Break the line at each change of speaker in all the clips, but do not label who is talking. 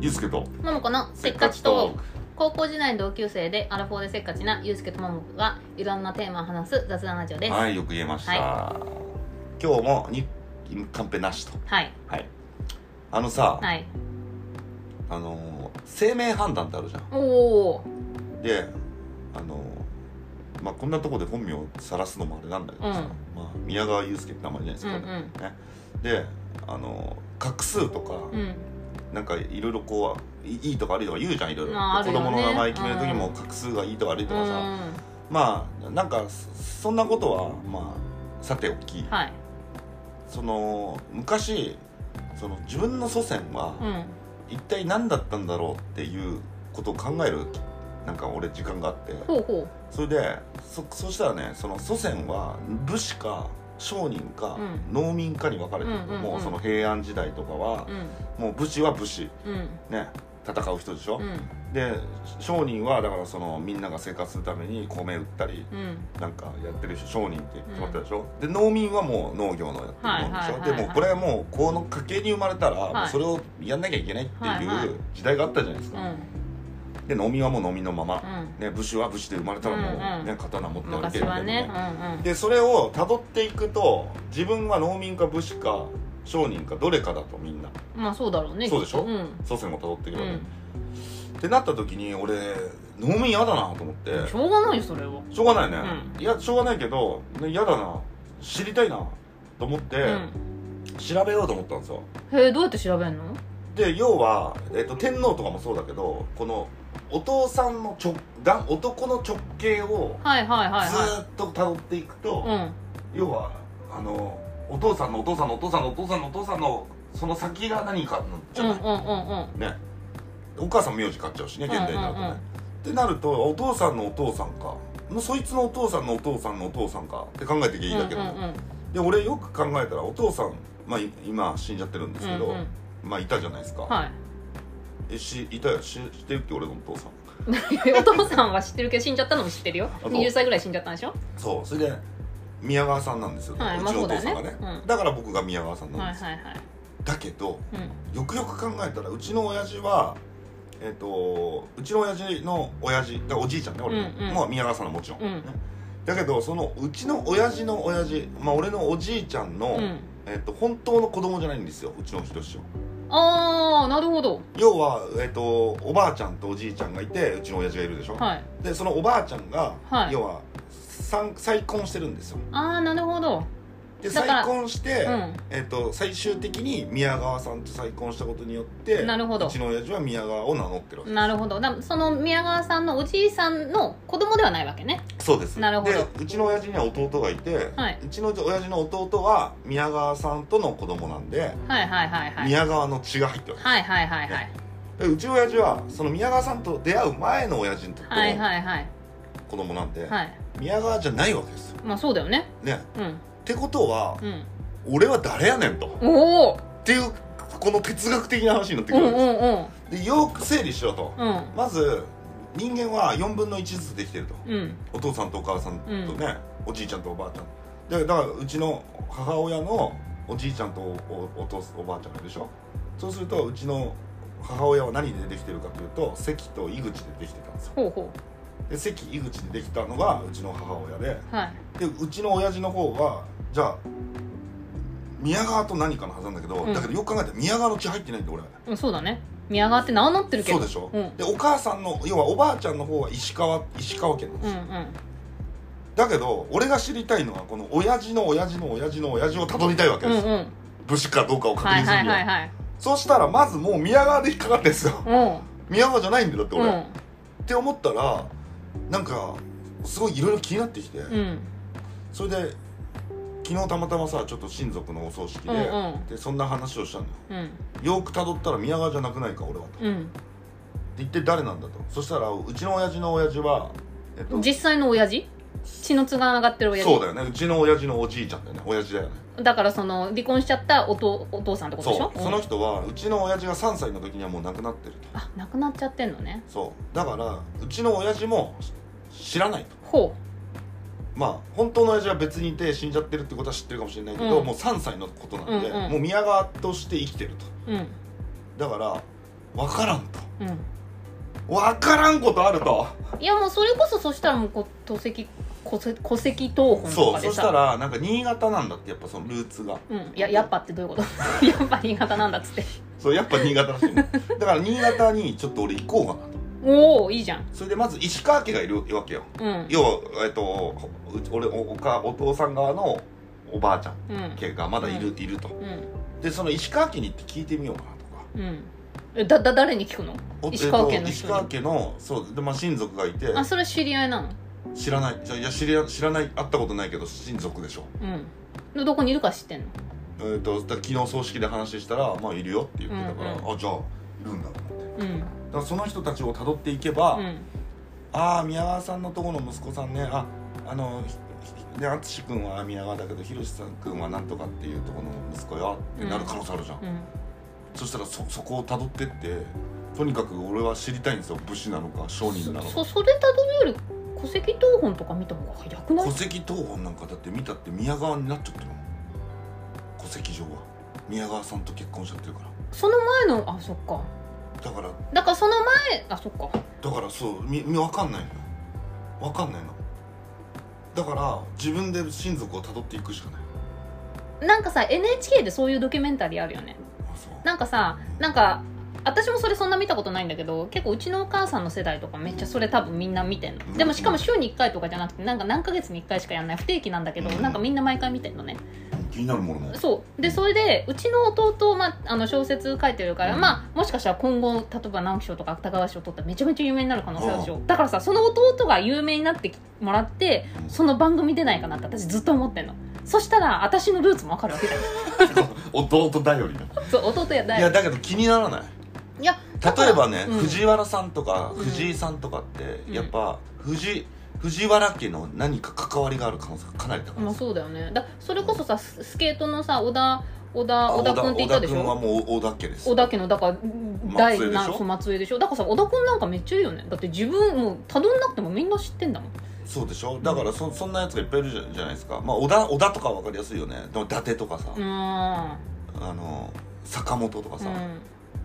ゆうすけと
ももこのせっかちトーク高校時代の同級生でアラフォーでせっかちなゆうすけとももこがいろんなテーマを話す雑談ラジオです
は
はい、
いよく言えました、
は
今日もにカンペなしと
はい
はいあのさ、あのー生命判断ってあるじゃん
おお
であのーまあこんなとこで本名を晒すのもあれなんだけどさ、
うん
まあ、宮川祐介って名前じゃないです
うん
か、
うん
であのー画数とか、
うん
なんかいろいろこういいいとか悪いとか言うじゃんいろいろ、
まあある
子
よね
供の名前決める時も画数がいいとか悪いとかさ、
う
まあなんかそそんなことはまあさておき、
んはい
その昔その自分の祖先
う
は
ん
一体何だったんだろうっていうことを考えるなんか俺時間があって
ほうほ
それでそそしたらねその祖先は武士か商人か
う
農民かに分かれてる、
うんうんうん
もうその平安時代とかは
うう、ん
もう武士は武士
うん
ね戦う人でしょ、
うん
で商人はだからそのみんなが生活するために米売ったり
うん
なんかやってる人商人って決まったでしょ、で農民はもう農業のやってるもんでしょ、
はいはいはいはい
でもうこれはもうこの家系に生まれたら、
い
もうそれをやんなきゃいけないって
はい
い
はいう
時代があったじゃないですか、
うん
で農民はもう農民のまま
う、ん
ね、武士は武士で生まれたらもう、ね
うんうん
刀持って歩け
昔
るみた
はい
な
ね
ね
うんうん
でそれをたどっていくと自分は農民か武士か商人かどれかだとみんな
まあそうだろうね
そうでしょ
きっとうん
祖先をたどっていけ
う
ばね、
ん
ってなった時に俺農民嫌だなと思って
しょうがないよそれは
しょうがないね、
う
いやしょうがないけどね嫌だな知りたいなと思って、
うん
調べようと思ったんですよ
へえどうやって調べんの
で要は、えっと天皇とかもそうだけどこのお父さんの直男男の直系を
はいはいはい
ず
は
ーっとたどっていくと、
いうん
要はあのお父さんのお父さんのお父さんのお父さんのお父さんのその先が何かなんじ
う
ゃ
んう
ない、
んうんうん
ねお母さん名字変わっちゃうしね現代になるとね、
うんうんうん
ってなるとお父さんのお父さんかそいつのお父さんのお父さんのお父さんかって考えてきゃいいだけど、
うんうんうん
で俺よく考えたらお父さん、まあ、い今死んじゃってるんですけど、
うんうん
まあいたじゃないですか、
はい
えしいたよし知ってるって俺のお父さん
お父さんは知ってるけど死んじゃったのも知ってるよ
そう
20歳ぐらい死んじゃったんでしょ
そうそれで宮川さんなんですよ、
はいう
ちのお父さんが
まあ
ね
そう、だよねうん
だから僕が宮川さん
は
なん
い
です、
はいはい
だけど
うん
よくよく考えたらうちの親父はえっ、とうちの親父の親父だからおじいちゃんね俺も、
うんうん
まあ宮川さんのもちろん、
うん
ねだけどそのうちの親父の親父まあ俺のおじいちゃんの、
うん
えっと本当の子供じゃないんですようちの人師匠
ああなるほど
要は、えっとおばあちゃんとおじいちゃんがいてうちの親父がいるでしょ、
はい
でそのおばあちゃんが、
はい
要は再再婚してるんですよ
ああなるほど
で
だから
再婚して、
うん
えっと最終的に宮川さんと再婚したことによって
なるほど
うちの親父は宮川を名乗ってるわけ
なるほどだからその宮川さんのおじいさんの子供ではないわけね
そうです
なるほど
でうちの親父には弟がいて、
はいう
ちの親父の弟は宮川さんとの子供なんで、
はいはいはいはい
宮川の血が入ってるわ
はいはいはいはい
けでうちの親父はその宮川さんと出会う前の親父にとって
はい
の
はいはい
子供なんで、
はい
宮川じゃないわけですよ
まあそうだよね
ね
う
っ
ん
てことは、
うん
俺は誰やねんとっ
おお
ていうこの哲学的な話になって
う
く
ん
る
うん
です、で
ん
よく整理しろと、
うん
まず人間は4分の1ずつできてると
うん
お父さんとお母さんとね、おじいちゃんとおばあちゃんでだからうちの母親のおじいちゃんとおおお父おばあちゃんがいるでしょそうするとうちの母親は何でできてるかというと関と井口でできてたんですよ
ほうほ
で関井口でできたのがうちの母親で
うはい
でうちの親父の方はじゃあ宮川と何かのはずなんだけど、
うん
だけどよく考えたら宮川の血入ってないんで俺は
うんそうだね宮川って名乗ってるけ
そ
ど
うでしょ、
うん
でお母さんの要はおばあちゃんの方は石川石川県なんです
うん
よ、
うん
だけど俺が知りたいのはこの親父の親父の親父の親父をたどりたいわけ
う
で
ん
す、
うん
武士かどうかを確
は
認
い
する
は
に
い
は,、
はいはい
そしたらまずもう宮川で引っかかってんですよ
うん
宮川じゃないんだよだって俺、
う
っ
ん
て思ったらなんかすごいいろいろ気になってきて、
うん
それで昨日たまたまさちょっと親族のお葬式で,、
うんうん
でそんな話をしたのよ
うん
よくたどったら宮川じゃなくないか俺はと、
うん
で一体誰なんだとそしたらうちの親父の親父は、えっと、
実際の親父血のつが上がってる親父
そうだよねうちの親父のおじいちゃんだよね親父だよね
だからその離婚しちゃったおとお父さんってことでし
そ
ょ
うその人はうちの親父が3歳の時にはもう亡くなってると
あ亡くなっちゃってんのね
そうだからうちの親父も知らないと
ほ
まあ本当の親父は別にいて死んじゃってるってことは知ってるかもしれないけど、
うん
もう3歳のことなんで、
うんうん
もう宮川として生きてると
ううん
だから分からんと
うん
分からんことあると
いやもうそれこそそしたらもうこ戸籍戸籍戸籍謄本と
そ
か
う
で
そ
さ
したらなんか新潟なんだってやっぱそのルーツが
うん、ややっぱってどういうこと やっぱ新潟なんだっつって
そうやっぱ新潟らしいのだから新潟にちょっと俺行こうかなと
おおいいじゃん
それでまず石川家がいるわけよ
うん
要は、えっと、うち俺おおかお父さん側のおばあちゃん
うん
家がまだいる,、いると
うん
でその石川家に行って聞いてみようかなとか
うんえだだ誰に聞くの
お
石川
え
県
っ
の人
と石
に
川家のそうで、まあ、親族がいて
あそれ知り合いなの
知らないじゃいや知り合知らない会ったことないけど親族でしょ
うんどこにいるか知ってんの
えー、とだ昨日葬式で話したら「まあいるよ」って言ってたから「
うんう
あじゃあいるんだ」と思ってだ
うん
からその人たちをたどっていけば「
うん
ああ宮川さんのとこの息子さんねああのひひで淳君は宮川だけどひろしさん君はなんとかっていうとこの息子よ」ってなる可能性あるじゃん、
うん
そしたらそそこをたどってってとにかく俺は知りたいんですよ武士なのか商人なのか
そそれたどるより戸籍謄本とか見た方が早くない
戸籍謄本なんかだって見たって宮川になっちゃってるもん戸籍上は宮川さんと結婚しちゃってるから
その前のあそっか
だから
だからその前あそっか
だからそうみみ分かんないのよ分かんないのだから自分で親族をたどっていくしかない
なんかさ NHK でそういうドキュメンタリーあるよね
あそう
なんかさなんか私もそれそんな見たことないんだけど結構うちのお母さんの世代とかめっちゃそれ多分みんな見てんのでもしかも週に1回とかじゃなくてなんか何ヶ月に1回しかやんない不定期なんだけどなんかみんな毎回見てんのね
気になるものも
そうでそれでうちの弟、まあ、あの小説書いてるから、
うん
まあ、もしかしたら今後例えば直木賞とか芥川賞取ったらめちゃめちゃ有名になる可能性あるでしょだからさその弟が有名になってもらって
うん
その番組出ないかなって私ずっと思ってんのそしたら私のルーツもわかるわけだよ
弟頼りだ
そう弟やだ
い
よ
やだけど気にならない
いや
例えばね、
うん
藤原さんとか
うん
藤井さんとかって
うん
やっぱ藤藤原家の何か関わりがある可能性がかなり高い
ま
で
あ
す
そうだよねだそれこそさススケートのさ小田小田
あ
小田君って言ったでし
小田君は
ょ
もう小田家です
小田家のだから第
末裔でしょ
何そう末裔でしょだからさ小田君なんかめっちゃいいよねだって自分もうたどんなくてもみんな知ってんだもん
そうでしょだからそそんなやつがいっぱいいるじゃじゃないですかまあ小田小田とかわかりやすいよねでも伊達とかさ、
うーん
あの坂本とかさ、
うん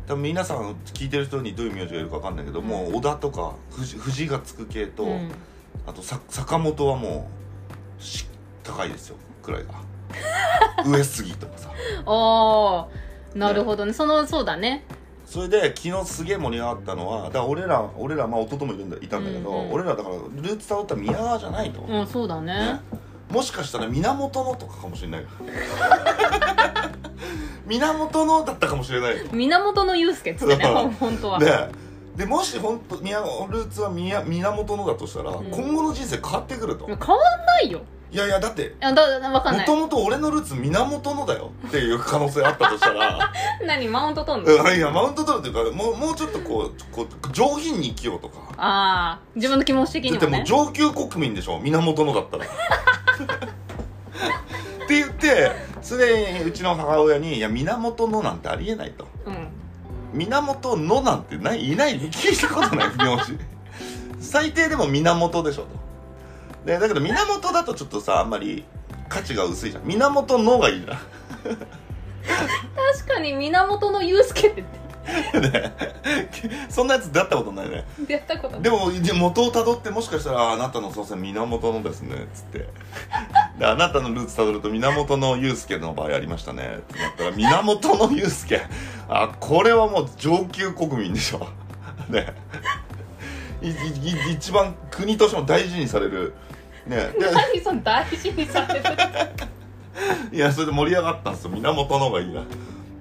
多分皆さん聞いてる人にどういう名字がいるかわかんないけど、もう小田とか藤藤がつく系と、
うん
あとさ坂本はもうし高いですよくらいが 上杉とかさ
ああなるほどねそのそうだね
それで昨日すげえ盛り上がったのはだから俺ら俺らまあ弟もいるんだいたんだけど、
うんうん
俺らだからルーツたどったら宮川じゃないと、
うんそうだね
ねもしかしたら源のとかかもしれない 源のだったかもしれない
源の祐介っつってね
そう
ほん本当は、
ででもし本当宮ルーツは宮源のだとしたら、
ん
今後の人生変わってくると、
変
い
わんないよ
やいやだって
あだだわかん
も
ない
ともと俺のルーツ源のだよっていう可能性あったとした ら
何マウント取んの、
うんいやマウント取るっていうかもうもうちょっとこうこう上品に生きようとか
ああ自分の気持ち的
だ
に
って
も
も
ね
う上級国民でしょ源のだ ったらって言ってそれでうちの母親に「いや源のなんてありえない」と
うん
「源のなんてないいない聞いたこと ない名字最低でも源でしょ」とでだけど源だとちょっとさあんまり価値が薄いじゃん源のがいいな
確かに源の祐介って
ねそんなやつ出会ったことないね
出会ったことない
でもで元をたどってもしかしたら「あなたの祖先源のですね」っつって「であなたのルーツたどると源の祐介の場合ありましたね」ってなったら「源の祐介あこれはもう上級国民でしょ」ねいいい一番国としても大事にされるねで
何その大事にされる
いやそれで盛り上がったんですよ源のがいいな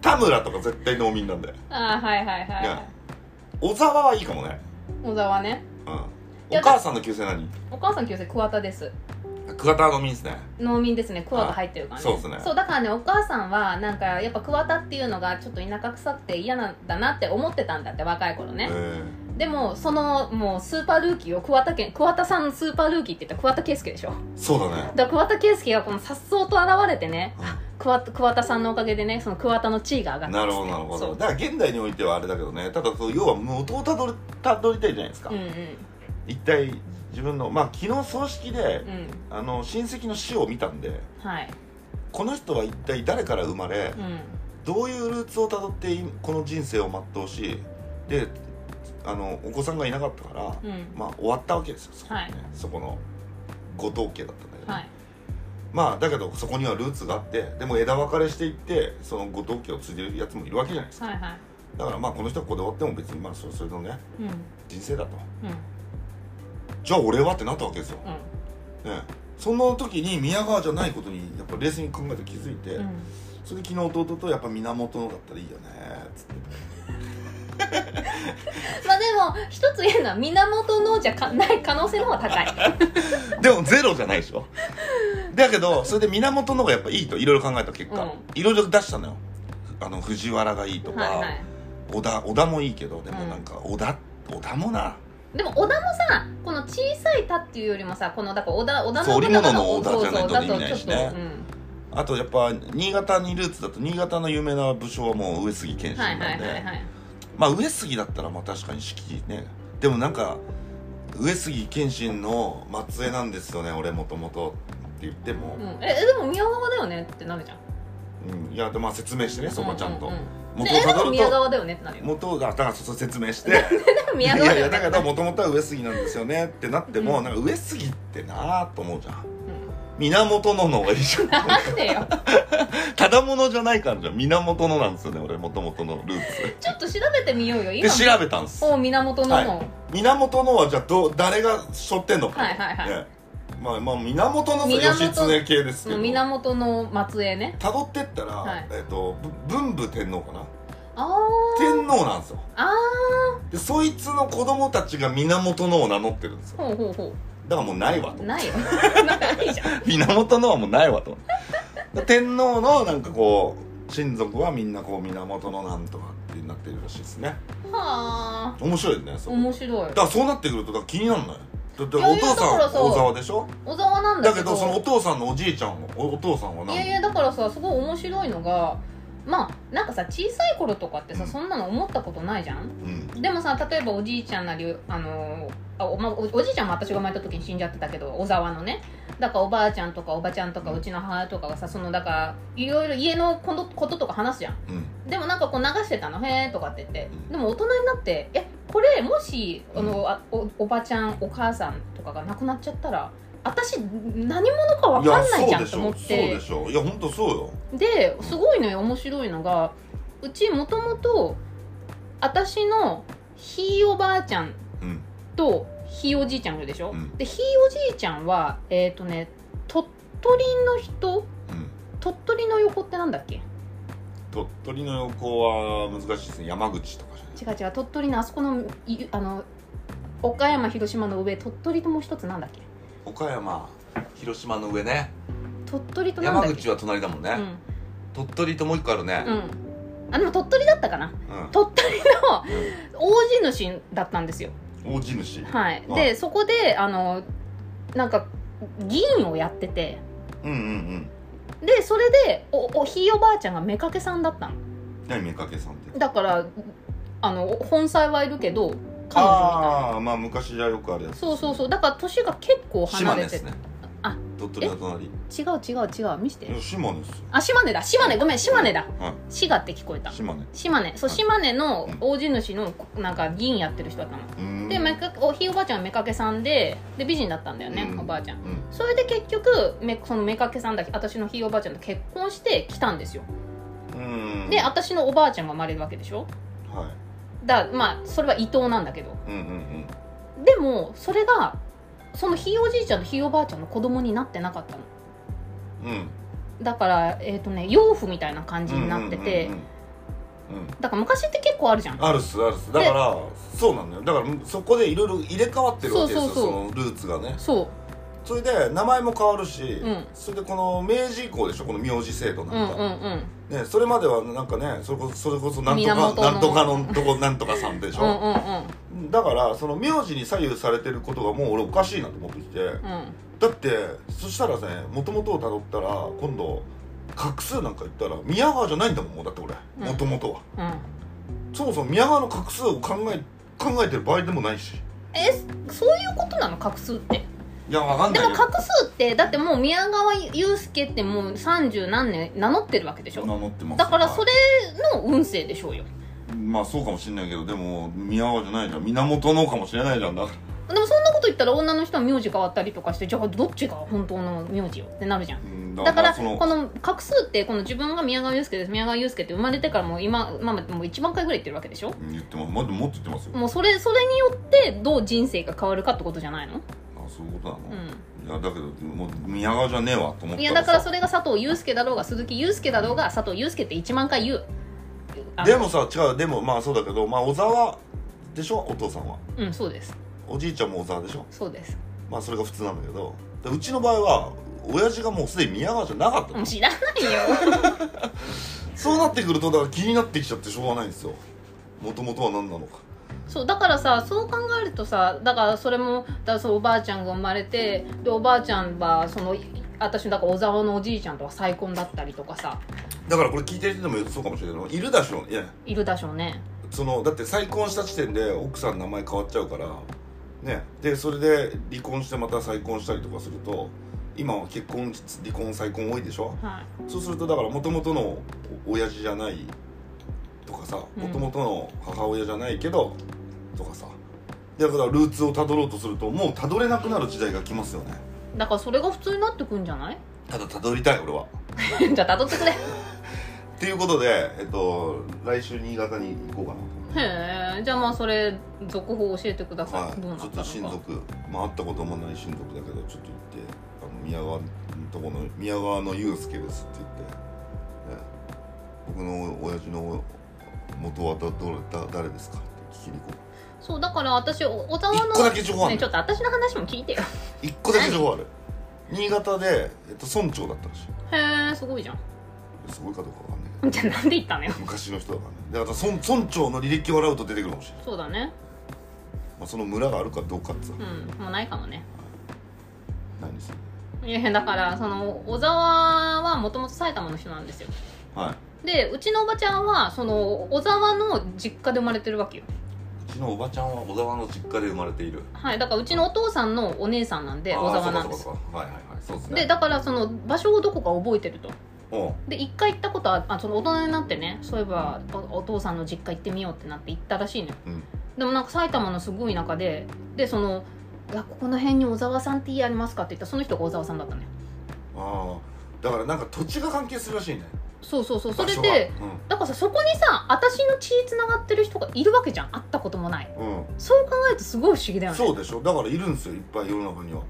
田村とか絶対農民なんで
ああはいはいはいい
や小沢はいいかもね
小沢ね
う
い
んお
や
母さんの旧姓何
お母さん旧姓桑田です
桑田の民ですね
農民ですね桑田入ってるから
あ
ね
そうですね
そうだからねお母さんはなんかやっぱ桑田っていうのがちょっと田舎臭くて嫌なんだなって思ってたんだって若い頃ね、
え
でもそのもうスーパールーキーを桑田県桑田さんのスーパールーキーって言ったら桑田佳祐でしょ
ーそうだね
だから桑田佳祐がこの颯爽と現れてね桑田桑田さんのおかげでねその桑田の地位が上がった
なるほどなるほ
そ
ど
う
だから現代においてはあれだけどねただそう要は元をたどるたどりたいじゃないですか、
うんうん
一体自分のまあ昨日葬式で、
うん
あの親戚の死を見たんで
はい
この人は一体誰から生まれ
うん
どういうルーツをたどっていこの人生を全うしであのお子さんがいなかったから、
うん
まあ終わったわけですよそこ,、ね
はい
そこの五島家だったんだけど、
はい
まあだけどそこにはルーツがあってでも枝分かれしていってその五島家を継いでるやつもいるわけじゃないですか、
はいはい
だからまあこの人はここで終わっても別にまあそれそれのね
うん
人生だと
うん
じゃあ俺はってなったわけですよ、
うん
ね、その時に宮川じゃないことにやっぱ冷静に考えて気づいて、
うん
それで昨日弟とやっぱ源のだったらいいよねつって
まあでも一つ言えるのは源のじゃかない可能性の方 が高い
でもゼロじゃないでしょだけどそれで源の方がやっぱいいといろいろ考えた結
うん
果いろいろ出したのよあの藤原がいいとか、
はいはい
織田織田もいいけどでもなんか織田、織田もな
でも小田もさこの小さい「田」っていうよりもさこのだから小田小田
そう織物の
小田
織田じゃないと
だと
意味ないしね
ちょっとうん
あとやっぱ新潟にルーツだと新潟の有名な武将はもう上杉謙信
はいは
なん
い
で、
はいはい
まあ上杉だったらまあ確かに式ねでもなんか上杉謙信の末裔なんですよね俺もともとって言っても
う、んええでも宮川だよねってなるじゃん
うんいやでまあ説明してねそこはちゃんと、
ううう
元を
えで
たど
も
る
宮
と
川だよねってな るよ
元をだからそう説明して
でも
いや
宮
い
川だ
や
よ
だ
ね
からもともとは上杉なんですよねってなっても、
うん
なんか上杉ってなーと思うじゃん
うん
源ののがいいじゃん
なんでよ
ただものじゃないからじゃん源のなんですよね俺もともとのルーツ
ちょっと調べてみようよ
で
今
調べたんです
お源のの、
は源のはじゃあど誰が背負ってんのか、
はいはいはい
ねまあまあ源の
源
義経系ですけ
う
ど
ん源の末裔ね
たどってったら、
はい
えっとぶ文武天皇かな
あ
天皇なんですよ
ああ
でそいつの子供たちが源のを名乗ってるんです
ー
よ
ほうほうほ
だからもうないわ
う
と
ないよないじゃん
源のはもうないわと 天皇のなんかこう親族はみんなこう源のなんとかってなってるらしいですね
はあ
面白いよねそうだ
面白い
からそうなってくるとだから気にならないだって
いやい
お
や
父さん
だから
は
さ
大沢でしょ
小沢なんだ
だ
け
け
ど
どそのお父さんのおじいちゃんはおお父さんは何
いやいやだからさすごい面白いのがまあなんかさ小さい頃とかってさそんなの思ったことないじゃん
うん
でもさ例えばおじいちゃんなりあのーあお,、まあおおじいちゃんも私が生まれた時に死んじゃってたけど小沢のねだからおばあちゃんとかおばちゃんとかうちの母親とかがさそのだからいろいろ家のことこととか話すじゃん
うん
でもなんかこう流してたの「へーとかって言って
うん
でも大人になって「えこれもし
うん
あのあおおばちゃんお母さんとかが亡くなっちゃったら私何者か分かんないじゃん」と思っ
いやそう
て
でしょそうでしょいや本当そうよ
ですごいのよ面白いのがうちもともと私のひいおばあちゃん
うん
とひいおじいちゃんがいるでしょ、
うん
でひいおじいちゃんはえっ、とね鳥取の人
うん
鳥取の横ってなんだっけ
鳥取の横は難しいですね山口とかじゃない
違う違う鳥取のあそこのいあの岡山広島の上鳥取ともう一つなんだっけ
岡山広島の上ね
鳥取となんだ
山
っけ
口は隣だもんね、鳥取ともう一個あるね
うん、うん、あでも鳥取だったかな
うん
鳥取の大地主だったんですよ
大地主
はい
あ
でそこであのなんか議員をやってて
うんうんうん
でそれでおおひいおばあちゃんが妾さんだったの
何めかけさんって
だからあの本妻はいるけど彼女みたいな
ああーまあ昔じゃよくあるやつ
そうそうそうだから年が結構離
島
れ
根で
て
す
る、
ね
あ
鳥取の隣い
違う違う違う見せて
や島根ですよ
あ島根だ島根ごめん島根だ
は
滋賀って聞こえた
い島根う
島根そう
はい
島根の
うん
大地主のなんか議員やってる人だったの
ーん
でめかおひいおばあちゃんはめかけさんでで美人だったんだよね、
うん
おばあちゃん
うん
それで結局めそのめかけさんだけ私のひいおばあちゃんと結婚して来たんですよ
うん
で私のおばあちゃんが生まれるわけでしょ
は
だまあそれは伊藤なんだけど
いうんうん
でもそれがそのひいおじいちゃんとひいおばあちゃんの子供になってなかったの
うんうん
だからえっ、とね養父みたいな感じになってて、
うんうんうんうんうん
だから昔って結構あるじゃん
あるっすあるっすだからそうなんだよだからそこでいろいろ入れ替わってるわけですよ
そうそうそう
のルーツがね
そ
それで名前も変わるし、
ん
それでこの明治以降でしょこの名字制度
うう
なん
ん
か、
うん
ね、それまではなんかねそれこそそれこそなんとか
源の
なんとかのとこなんとかさんでし
うん
ょ、
うんうん
だからその名字に左右されてることがもう俺おかしいなと思ってきて
うん
だってそしたらねもともとをたどったら今度画数なんか言ったら宮川じゃないんだもんもうだって俺
うん
もともとは
うん
そもそも宮川の画数を考え考えてる場合でもないし
えそういうことなの画数って
いやわかん
で
ない
も
よ
画数ってだってもう宮川祐介ってもう三十何年名乗ってるわけでしょ
名乗ってます
だからそれの運勢でしょうよ
まあそうかもしれないけどでも宮川じゃないじゃん源のかもしれないじゃんだか
でもそんなこと言ったら女の人は名字変わったりとかしてじゃあどっちが本当の名字よってなるじゃん
らうん
だから
その
この画数ってこの自分が宮川祐介です宮川祐介って生まれてからもう今まあもう1万回ぐらい言ってるわけでしょ
うん言ってますまあでももっと言ってますよ
もうそれそれによってどう人生が変わるかってことじゃないの、
あそういうことなの、
う
いやだけどもう宮川じゃねえわと思ったら
ん、
さ
いやだからそれが佐藤祐介だろうが鈴木祐介だろうが佐藤祐介って1万回言うあ
でもさ違うでもまあそうだけどまあ小沢でしょお父さんは
うんそうです
おじいちゃんも小沢でしょ
そうです
まあそれが普通なんだけどでうちの場合は親父がもうすでに宮川じゃなかった
も
の
う知らないよ
そうなってくるとだから気になってきちゃってしょうがないんですよもともとは何なのか
そうだからさそう考えるとさだからそれもだからそうおばあちゃんが生まれてでおばあちゃんはその私だから小沢のおじいちゃんとは再婚だったりとかさ
だからこれ聞いてる人でもそうかもしれないけどいるだしょういや
いるでしょうね
そのだって再婚した時点で奥さんの名前変わっちゃうからねでそれで離婚してまた再婚したりとかすると今は結婚離婚再婚多いでしょ
はい
そうするとだからもともとのお親父じゃないとかさ
うん
もともとの母親じゃないけど、とかさだからルーツをたどろうとするともうたどれなくなる時代が来ますよね
だからそれが普通になってくんじゃない
ただたどりたい俺は
じゃあたどってく れへ
っていうことでえっと来週新潟に行こうかな
えじゃあまあそれ続報教えてください、どう
は
なっ
い、
た
ちょ
の
っ
か
と親族、まあ、会ったこともない親族だけどちょっと行ってあの宮川のとこの宮川の祐介ですって言って、ね僕の親父の元はだどれだ誰ですかって聞きに行こう
そうだから私お小沢
一個だ
の
け情報ある
ねちょっと私の話も聞いてよ
一個だけ情報ある新潟で、えっと、村長だったらし
へえすごいじゃん
いすごいかどうかわかんないけ
じゃあなんで言ったのよ
ど昔の人だからねであと村村長の履歴を洗うと出てくるかもしれない、
そうだね
まあ、その村があるかどうかってさ、
うんもうないかもね
何です
いやだからその小沢はもともと埼玉の人なんですよ
はい
でうちのおばちゃんはその小沢の実家で生まれてるわけよ
うちのおばちゃんは小沢の実家で生まれている
はいだからうちのお父さんのお姉さんなんで
あ
小
ー
沢なんです
そうかそうかそうかはいはいはいそうですね
でだからその場所をどこか覚えてると
おう
で一回行ったことはあその大人になってねそういえばおお父さんの実家行ってみようってなって行ったらしいのよ
うん
でもなんか埼玉のすごい中ででその「いやここの辺に小沢さんって家ありますか?」って言ったらその人が小沢さんだったのよ
ああだからなんか土地が関係するらしいね
そうそうそうそれ
場所が
でだからさそこにさ私の血つながってる人がいるわけじゃん会ったこともない
うん、うん
そう考えるとすごい不思議だよね
そうでしょだからいるんですよいっぱい世の中には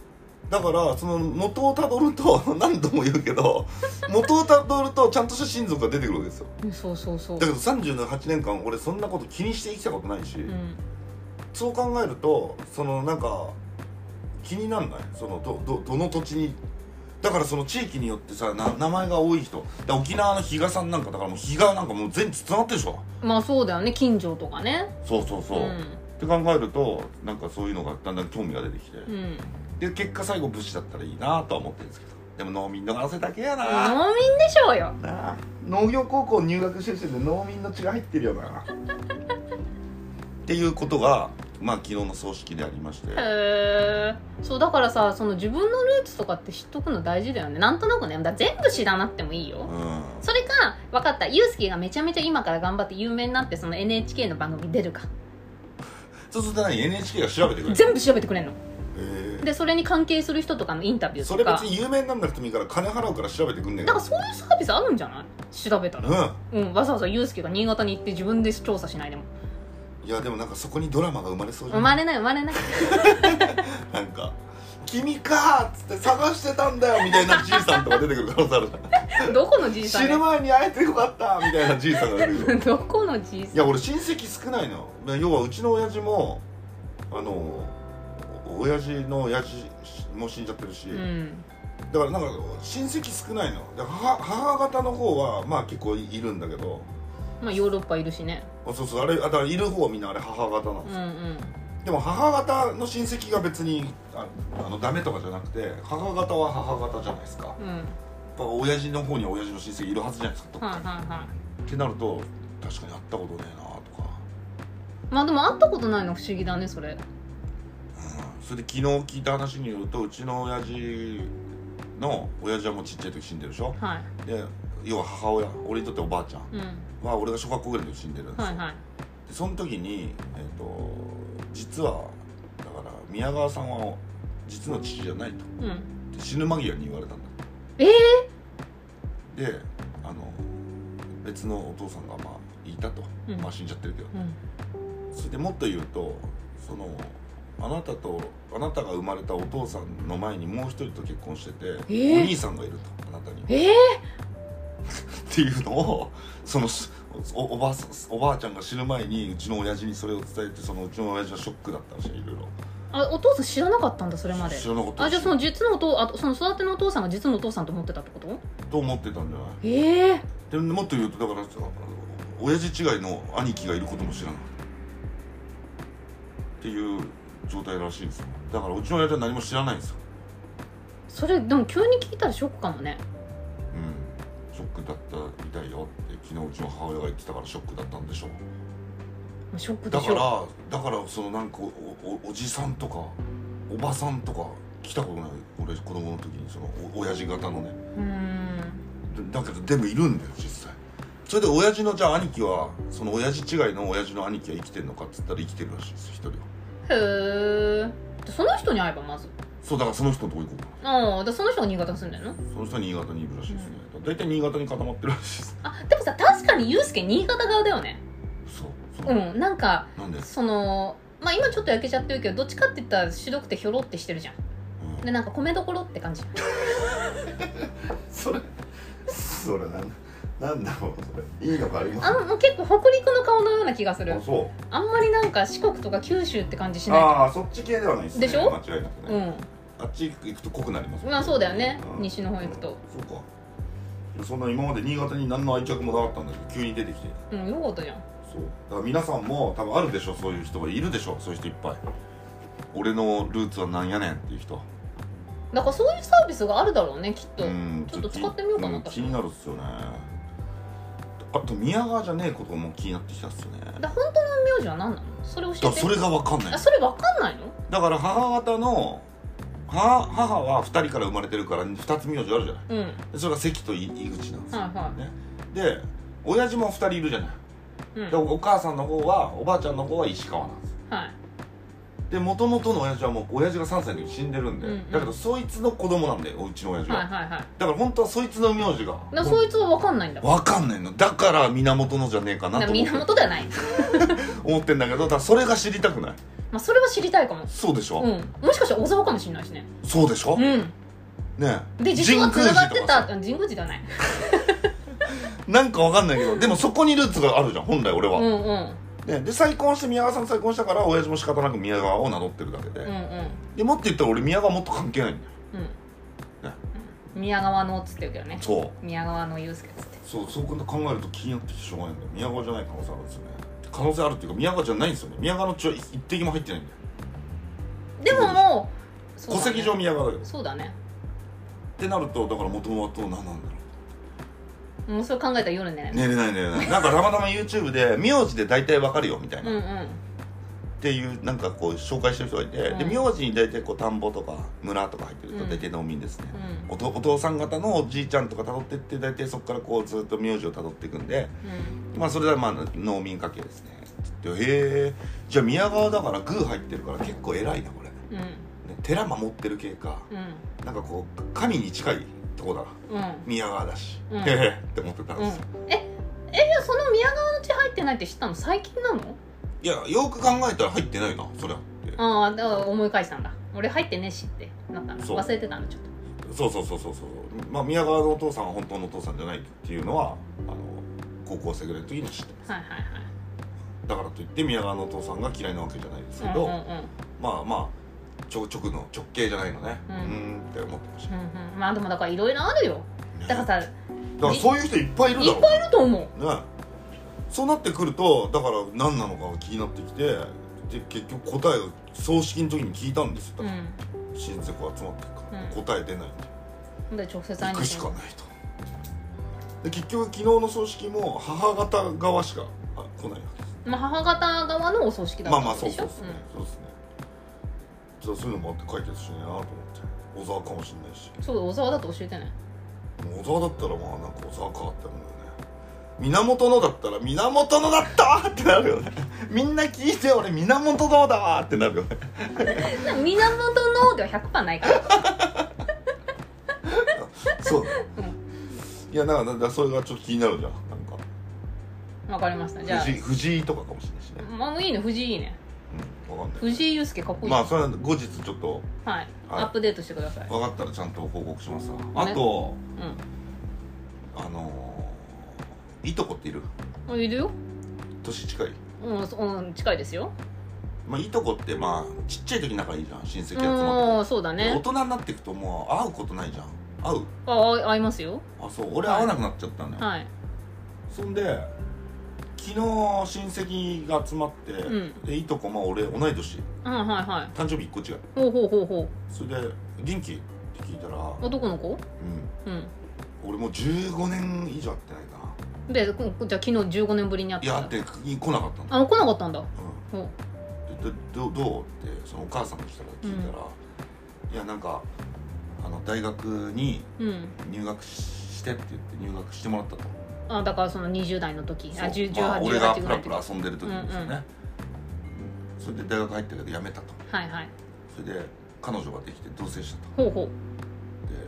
だからその元をたどると 何度も言うけ ど元をたどるとちゃんとした親族が出てくるわけですよ
うんそうそうそう
だけど38年間俺そんなこと気にして生きたことないし、
うん
そう考えるとそのなんか気になんないそのどどどの土地にだからその地域によってさな名前が多い人だから沖縄の比嘉さんなんかだからもう比嘉なんかもう全つながってるでしょ
まあそうだよね近所とかね
そうそうそう、っ
ん
て考えるとなんかそういうのがだんだん興味が出てきて、
うん
で結果最後武士だったらいいなとは思ってるんですけどでも農民の汗だけやな、
農民でしょうよ
なあ農業高校入学してる時点で農民の血が入ってるよなっていうことがまあ昨日の葬式でありまして
へえそうだからさその自分のルーツとかって知っとくの大事だよねなんとなくねだから全部知らなくてもいいよ
うん
それか分かったユースケがめちゃめちゃ今から頑張って有名になってその NHK の番組出るか
そうすると何 NHK が調べてくれる
全部調べてくれんの
え
でそれに関係する人とかのインタビ
え
ュー
そ
と
れ
か
別に有名になんなくてもいいから金払うから調べてくんねん
なんかそういうサービスあるんじゃない調べたら、
う
うん、わざわざユースケが新潟に行って自分で調査しないでも
んいやでもなんかそこにドラマが生まれそうじゃ
生
んな
まれない生まれない
んか「君か!」っつって探してたんだよみたいなじいさんとか出てくる可能性あるじゃん
どこのじいさん
死
だ
ぬ
よ
前に会えてよかったみたいなじいさんがいるよ
どこのじい
い
さん
や俺親戚少ないのね要はうちの親父もあのお親父の親父も死んじゃってるし、
うん
だからなんか親戚少ないので母母方の方はまあ結構いるんだけど
まあヨーロッパいるしね
あそうそうあれあだからいる方はみんなあれ母方な
うんん
で
う
す、
ん
でも母方の親戚が別にああのダメとかじゃなくて母方は母方じゃないですかやっ
うん
ぱ親父の方には親父の親戚いるはずじゃないですかどっ
はい
か
はい
に
はい
ってなると確かに会ったことねえなとか
まあでも会ったことないの不思議だねそれ
それで昨日聞いた話によるとうちの親父の親父はもうちっちゃい時死んでるでしょ
はい
で要は母親俺にとっておばあちゃん
うん
は俺が小学校ぐらいで死んでるんですよ、
はいはい
でその時に、えっと実はだから宮川さんは実の父じゃないと
うん
で死ぬ間際に言われたんだ
えー
であの別のお父さんがまあいたと、
うん
まあ死んじゃってるけど
うん
それでもっと言うとそのあなたとあなたが生まれたお父さんの前にもう一人と結婚してて、
え
お
ー
兄さんがいるとあなたにっ
えー
ていうのをそのおおばあさおばあちゃんが死ぬ前にうちの親父にそれを伝えてそのうちの親父はショックだったらしいいろいろ
あお父さん知らなかったんだそれまで
知らなかったらしい
あじゃあその実のお父あその育てのお父さんが実のお父さんと思ってたってこと
と思ってたんじゃない
ええ
でもっと言うとだからさ親父違いの兄貴がいることも知らないっていう状態らしいんですよだからうちの親父は何も知らないんですよ
それでも急に聞いたらショックかもね
うんショックだったみたいよって昨日うちの母親が言ってたからショックだったんでしょう
まあショックで
だ
し
か
ょ
らだからそのなんかおおおじさんとかおばさんとか来たことない俺子供の時にそのお親父方のね
うーん
だけどでもいるんだよ実際それで親父のじゃあ兄貴はその親父違いの親父の兄貴は生きてるのかっつったら生きてるらしいです一人は
へえその人に会えばまず
そうだからその人のとこ行こうか
ああだその人が新潟に住んでんの
なその人は新潟にいるらしいですね大体、新潟に固まってるらしいです
あでもさ確かにユうスケ新潟側だよね
そうそう、
うんなんか
なんで、うん、
そのまあ今ちょっと焼けちゃってるけどどっちかって言ったら白くてひょろってしてるじゃんでなんか米どころって感じ
それそれなんなんだろうそれいいのかありま
あんもう結構北陸の顔のような気がする
あそ
あんまりなんか四国とか九州って感じし
う
な
ああそっち系ではないですね
でしょ
間違いなく
い
ね、
うん
あっち行くと濃くなりますもん
まあそうだよね
うん
西の方行くと
そうかいやそんな今まで新潟に何の愛着もなかったんだけど急に出てきて
うんよかったじゃん
そうだから皆さんも多分あるでしょそういう人がいるでしょそういう人いっぱい俺のルーツはなんやねんっていう人
だからそういうサービスがあるだろうねきっと
ん
ちょっと使ってみようかな
ちょっと気になるっすよねあと宮川じゃねえことも気になってきたっすよねだ
だ本当の名字は何なのそれ教
か
え
ら
て
それが分かんない
あそれわかんないの
だから母方の母母は2人から生まれてるから2つ名字あるじゃない
うんはい
でそれが関と井井口なんですよ、
は
ね、で親父も2人いるじゃない
い、う
で
ん、
お母さんの方はおばあちゃんの方は石川なんです
はい
で元々の親父はもう親父が3歳の時死んでるんで、
うんうん
だけどそいつの子供なんだようちの親父は、
はいはいはいだか
だから本当はそいつの名字が
らそいつはわかんないんだ
わかんないのだから源のじゃねえかな
だ
と
から
思って
源ではない、
思ってんだけどだからそれが知りたくない
まあ、それは知りたいかも
そうでしょ、
うんもしかしたら小沢かもしれないしね
そうでしょ、
うん
ねえ
で実はつなが
神宮
って
寺と
た
か
うん神宮寺ではない
なんかわかんないけどでもそこにルーツがあるじゃん本来俺は、
うんうん
ね、で再婚して宮川さんと再婚したから親父も仕方なく宮川を名乗ってるだけで、
うんうん
でもっと言ったら俺宮川もっと関係ないんだよ
うん宮川のっつってるけどね
そう
宮川の祐介っつって
そうそう考えると気になってきてしょうがないんだよ宮川じゃない可能性あるんですよね可能性あるっていうか宮川じゃないんですよね宮川の血は一滴も入ってないんだよ
でももうそう
戸
だね
籍上宮川だけどっ
そうだね
てなるとだから元々はどう何なんだろう
もうそれ考えたら夜寝れない
寝れない寝れないなんかたまたま YouTube で名字で大体わかるよみたいな、
うんう
っ
ん
ていうなんかこう紹介してる人がいて、
うん
で名字に大体こう田んぼとか村とか入ってる
う
と
ん
大体農民ですね、
うん
おとお父さん方のおじいちゃんとか辿ってって大体そこからこうずっと名字を辿っていくんで
うん
まあそれはまあ農民家系ですねって言ってへえじゃあ宮川だからグー入ってるから結構偉いなこれ、ね、
うん
寺守ってる系かなんかこう神に近いとこだな
うんうん
宮川だし、
うん
へえって思ってたん
う
ですよ、
んええいやその宮川の血入ってないって知ったの最近なの
いやよく考えたら入ってないなそりゃって
ああだから思い返したんだ俺入ってねえしってなったの
そう
忘れてたのちょっと
そうそうそうそうそうまあ宮川のお父さんは本当のお父さんじゃないっていうのはあの高校生ぐらいの時に知ってます
はいはいはい
だからといって宮川のお父さんが嫌いなわけじゃないです
う
け
ん
ど、
うんうん
まあまあちょ直の直系じゃないのねう
うんん
ーんって思ってまし
うんうんまあでもだからいろいろあるよ
た
だから
だ
さい
からそういう人いっぱいいるだろ
っぱいいると思
う
う
ねそうなってくるとだから何なのかが気になってきてで結局答えを葬式の時に聞いたんですよ、
うん
親族集まってるから、
うん
答え出ないんで
で直接会い
行
に
くし
行
か
く
ないとで結局昨日の葬式も母方側しかあ来ないわけです
まあ母方側のお葬式だ
ま
っ
あま
た
あ
ん
そう
でし
そう
ょ
ですね、そうですねじゃあそういうのもあって解決しねえなと思って小沢かもしれないし
うんそう小沢だと教えてね
小沢だったらまあなんか小沢かって思うよね源のだったら源のだったわってなるよね みんな聞いて俺源のだわってなるよね
でも源のでは100%ないから
そういやなんかだからそれがちょっと気になるじゃんなんか
わかりましたじゃ
藤井藤井とかかもしれないしね
あまあいいね藤井いいね
うんわかんない
藤井祐介かっこいい、
まあそれは後日ちょっと
はい、アップデートしてください、
分かったらちゃんと報告しますわあとあのーいとこっている
うんいるよ
年近い
うん、そうん、近いですよ
まあいとこってまあちっちゃい時仲いいじゃん親戚集まって
うんそうだ
大
ね
人になっていくともう会うことないじゃん会う
ああ合いますよ
あそう俺会わなくなっちゃったんだよ、
はい
そんで昨日親戚が集まって、
うん
でいとこも俺同い年
うんはいはい
誕生日1個違う
ほうほうほうほ
それで「元気?」って聞いたら、
う男の子
うん、
うん
俺もう15年以上会ってないかな
でこじゃあ昨日15年ぶりに会っ
い
た
や会って来なかったの、
あ来なかったんだ
うん
ほ
でどどどうってそのお母さんが来たら聞いたら、いやなんかあの大学に
ううん
入学ししてって言って入学してもらったと
あだからその20代の時あ
そう
10 18
まあ、俺が
18
プ
ぐらい
ラ
の
プ
時
ラ遊んでる時ですよね、それで大学入ったけど辞めたと
はいはい
それで彼女ができて同棲したと
ほうほう
で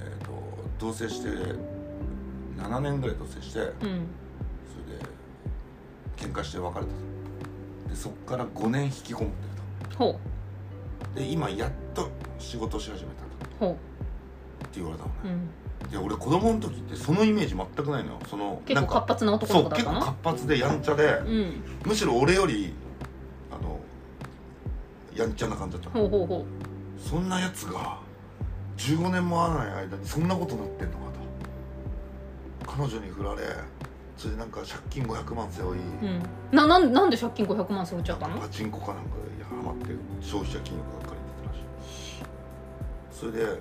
えっ、と同棲して7年ぐらい同棲してそれで
うん
喧嘩して別れたとでそっから5年引きこもってる
ほ
とで今やっと仕事し始めたと
うほ
って言われたの
うう
ね、
ん
いや俺子供の時ってそのイメージ全くないのよその
結構
なん
活
か
発な男
そ
の
う
子だっ
結
た
構
の
活発でやんちゃで、
うん
むしろ俺よりあのやんちゃな感じだった
ほうほうほ
そんなやつが15年も会わない間にそんなことなってんのかと彼女に振られそれでなんか借金500万背負い、
ううんななんなんで借金500万背負っちゃった
なんか
の
パチンコかなんかでハマって消費者金融ばっかり出てたらしいそれで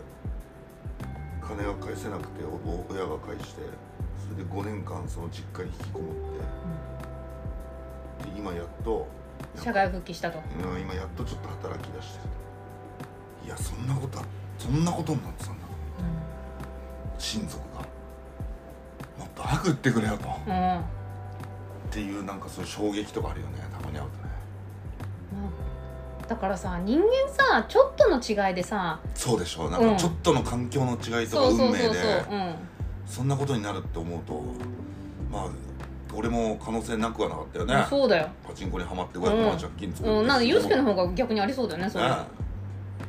金が返せなくておお親が返してそれで5年間その実家に引きこもってで今やっと
社会復帰したと
うん今やっとちょっと働き出してるいやそんなことあそんなことになってたんだ親族がもっと早く言ってくれよとっ
うん、うん
ていうなんかそういう衝撃とかあるよねたまに会うとね
だからさ人間さちょっとの違いでさ
そうでしょなん
う
か
ん
ちょっとの環境の違いとか
そう
運
そう
命で、
そうそううん
そんなことになるって思うとまあ俺も可能性なくはなかったよね
そうだよ、
パチンコにはまって500万
うん
借金作って、
うん、なんでユースケの
ね
方が逆にありそうだよねそれ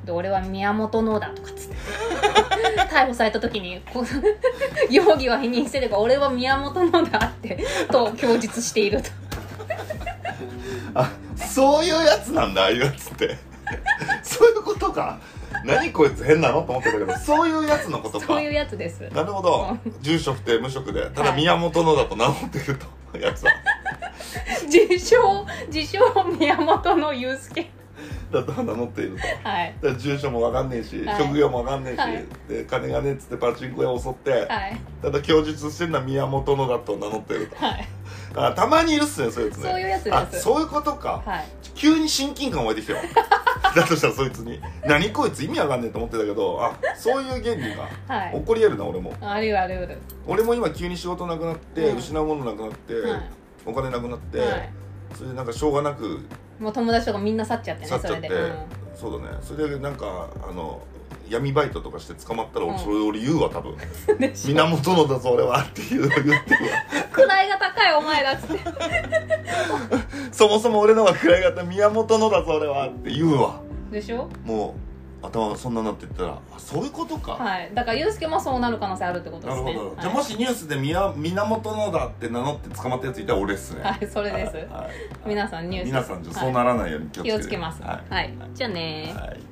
で俺は宮本のだとかっつって 逮捕された時にこう 容疑は否認してるが俺は宮本のだってと供述してい ると
あそういうやつなんだああいうやつって そういうことか何こいつ変なのと思ってたけどそういうやつのことか
そういうやつです
なるほど住所不定無職でただ
はい
宮本のだと名乗ってるとやつだ
自称自称宮本のユースケ
だと名乗っていると
はい
だから住所もわかんねえし、
はい
職業もわかんねえし、
はい
で金がねえっつってパチンコ屋を襲って、
はい
ただ供述してるのは宮本のだと名乗ってると
はい
あたまにいるっすねそういうやつね
そういうやつです
あそういうことか、
はい
急に親近感湧いてきたよ だとしたらそいつに何こいつ意味わかんねえと思ってたけどあそういう原理が、
はい
起こり得るな俺も
あるあるある
俺も今急に仕事なくなって、
うん
失うものなくなって、
はい
お金なくなって、
はい
それでなんかしょうがなく
もう友達とかみんな去っちゃってね
去っちゃ
そ
っ
れ
て
で、
そ,、
うん
うだねそれでなんかあの闇バイトとかして捕まったら
う
俺
ん
それより言うわ多分
でしょ
源のだぞ俺はっていう言って るわ
位が高いお前だっつって
そもそも俺のが暗い方宮本のだぞ俺はって言うわ
でしょ
もう頭がそんななってったらあそういうことか、
はいだからユースケもそうなる可能性あるってことで
なる
す
ほ
ね
ど、じゃあ
はい
もしニュースで宮源のだって名乗って捕まったやついたら俺っすね、
はいそれ です
はいはい
皆さんニュース
皆さんじゃ
はい
そうならないように気をつけ
気
て
をつけます
は
はいい、じゃあねー
はい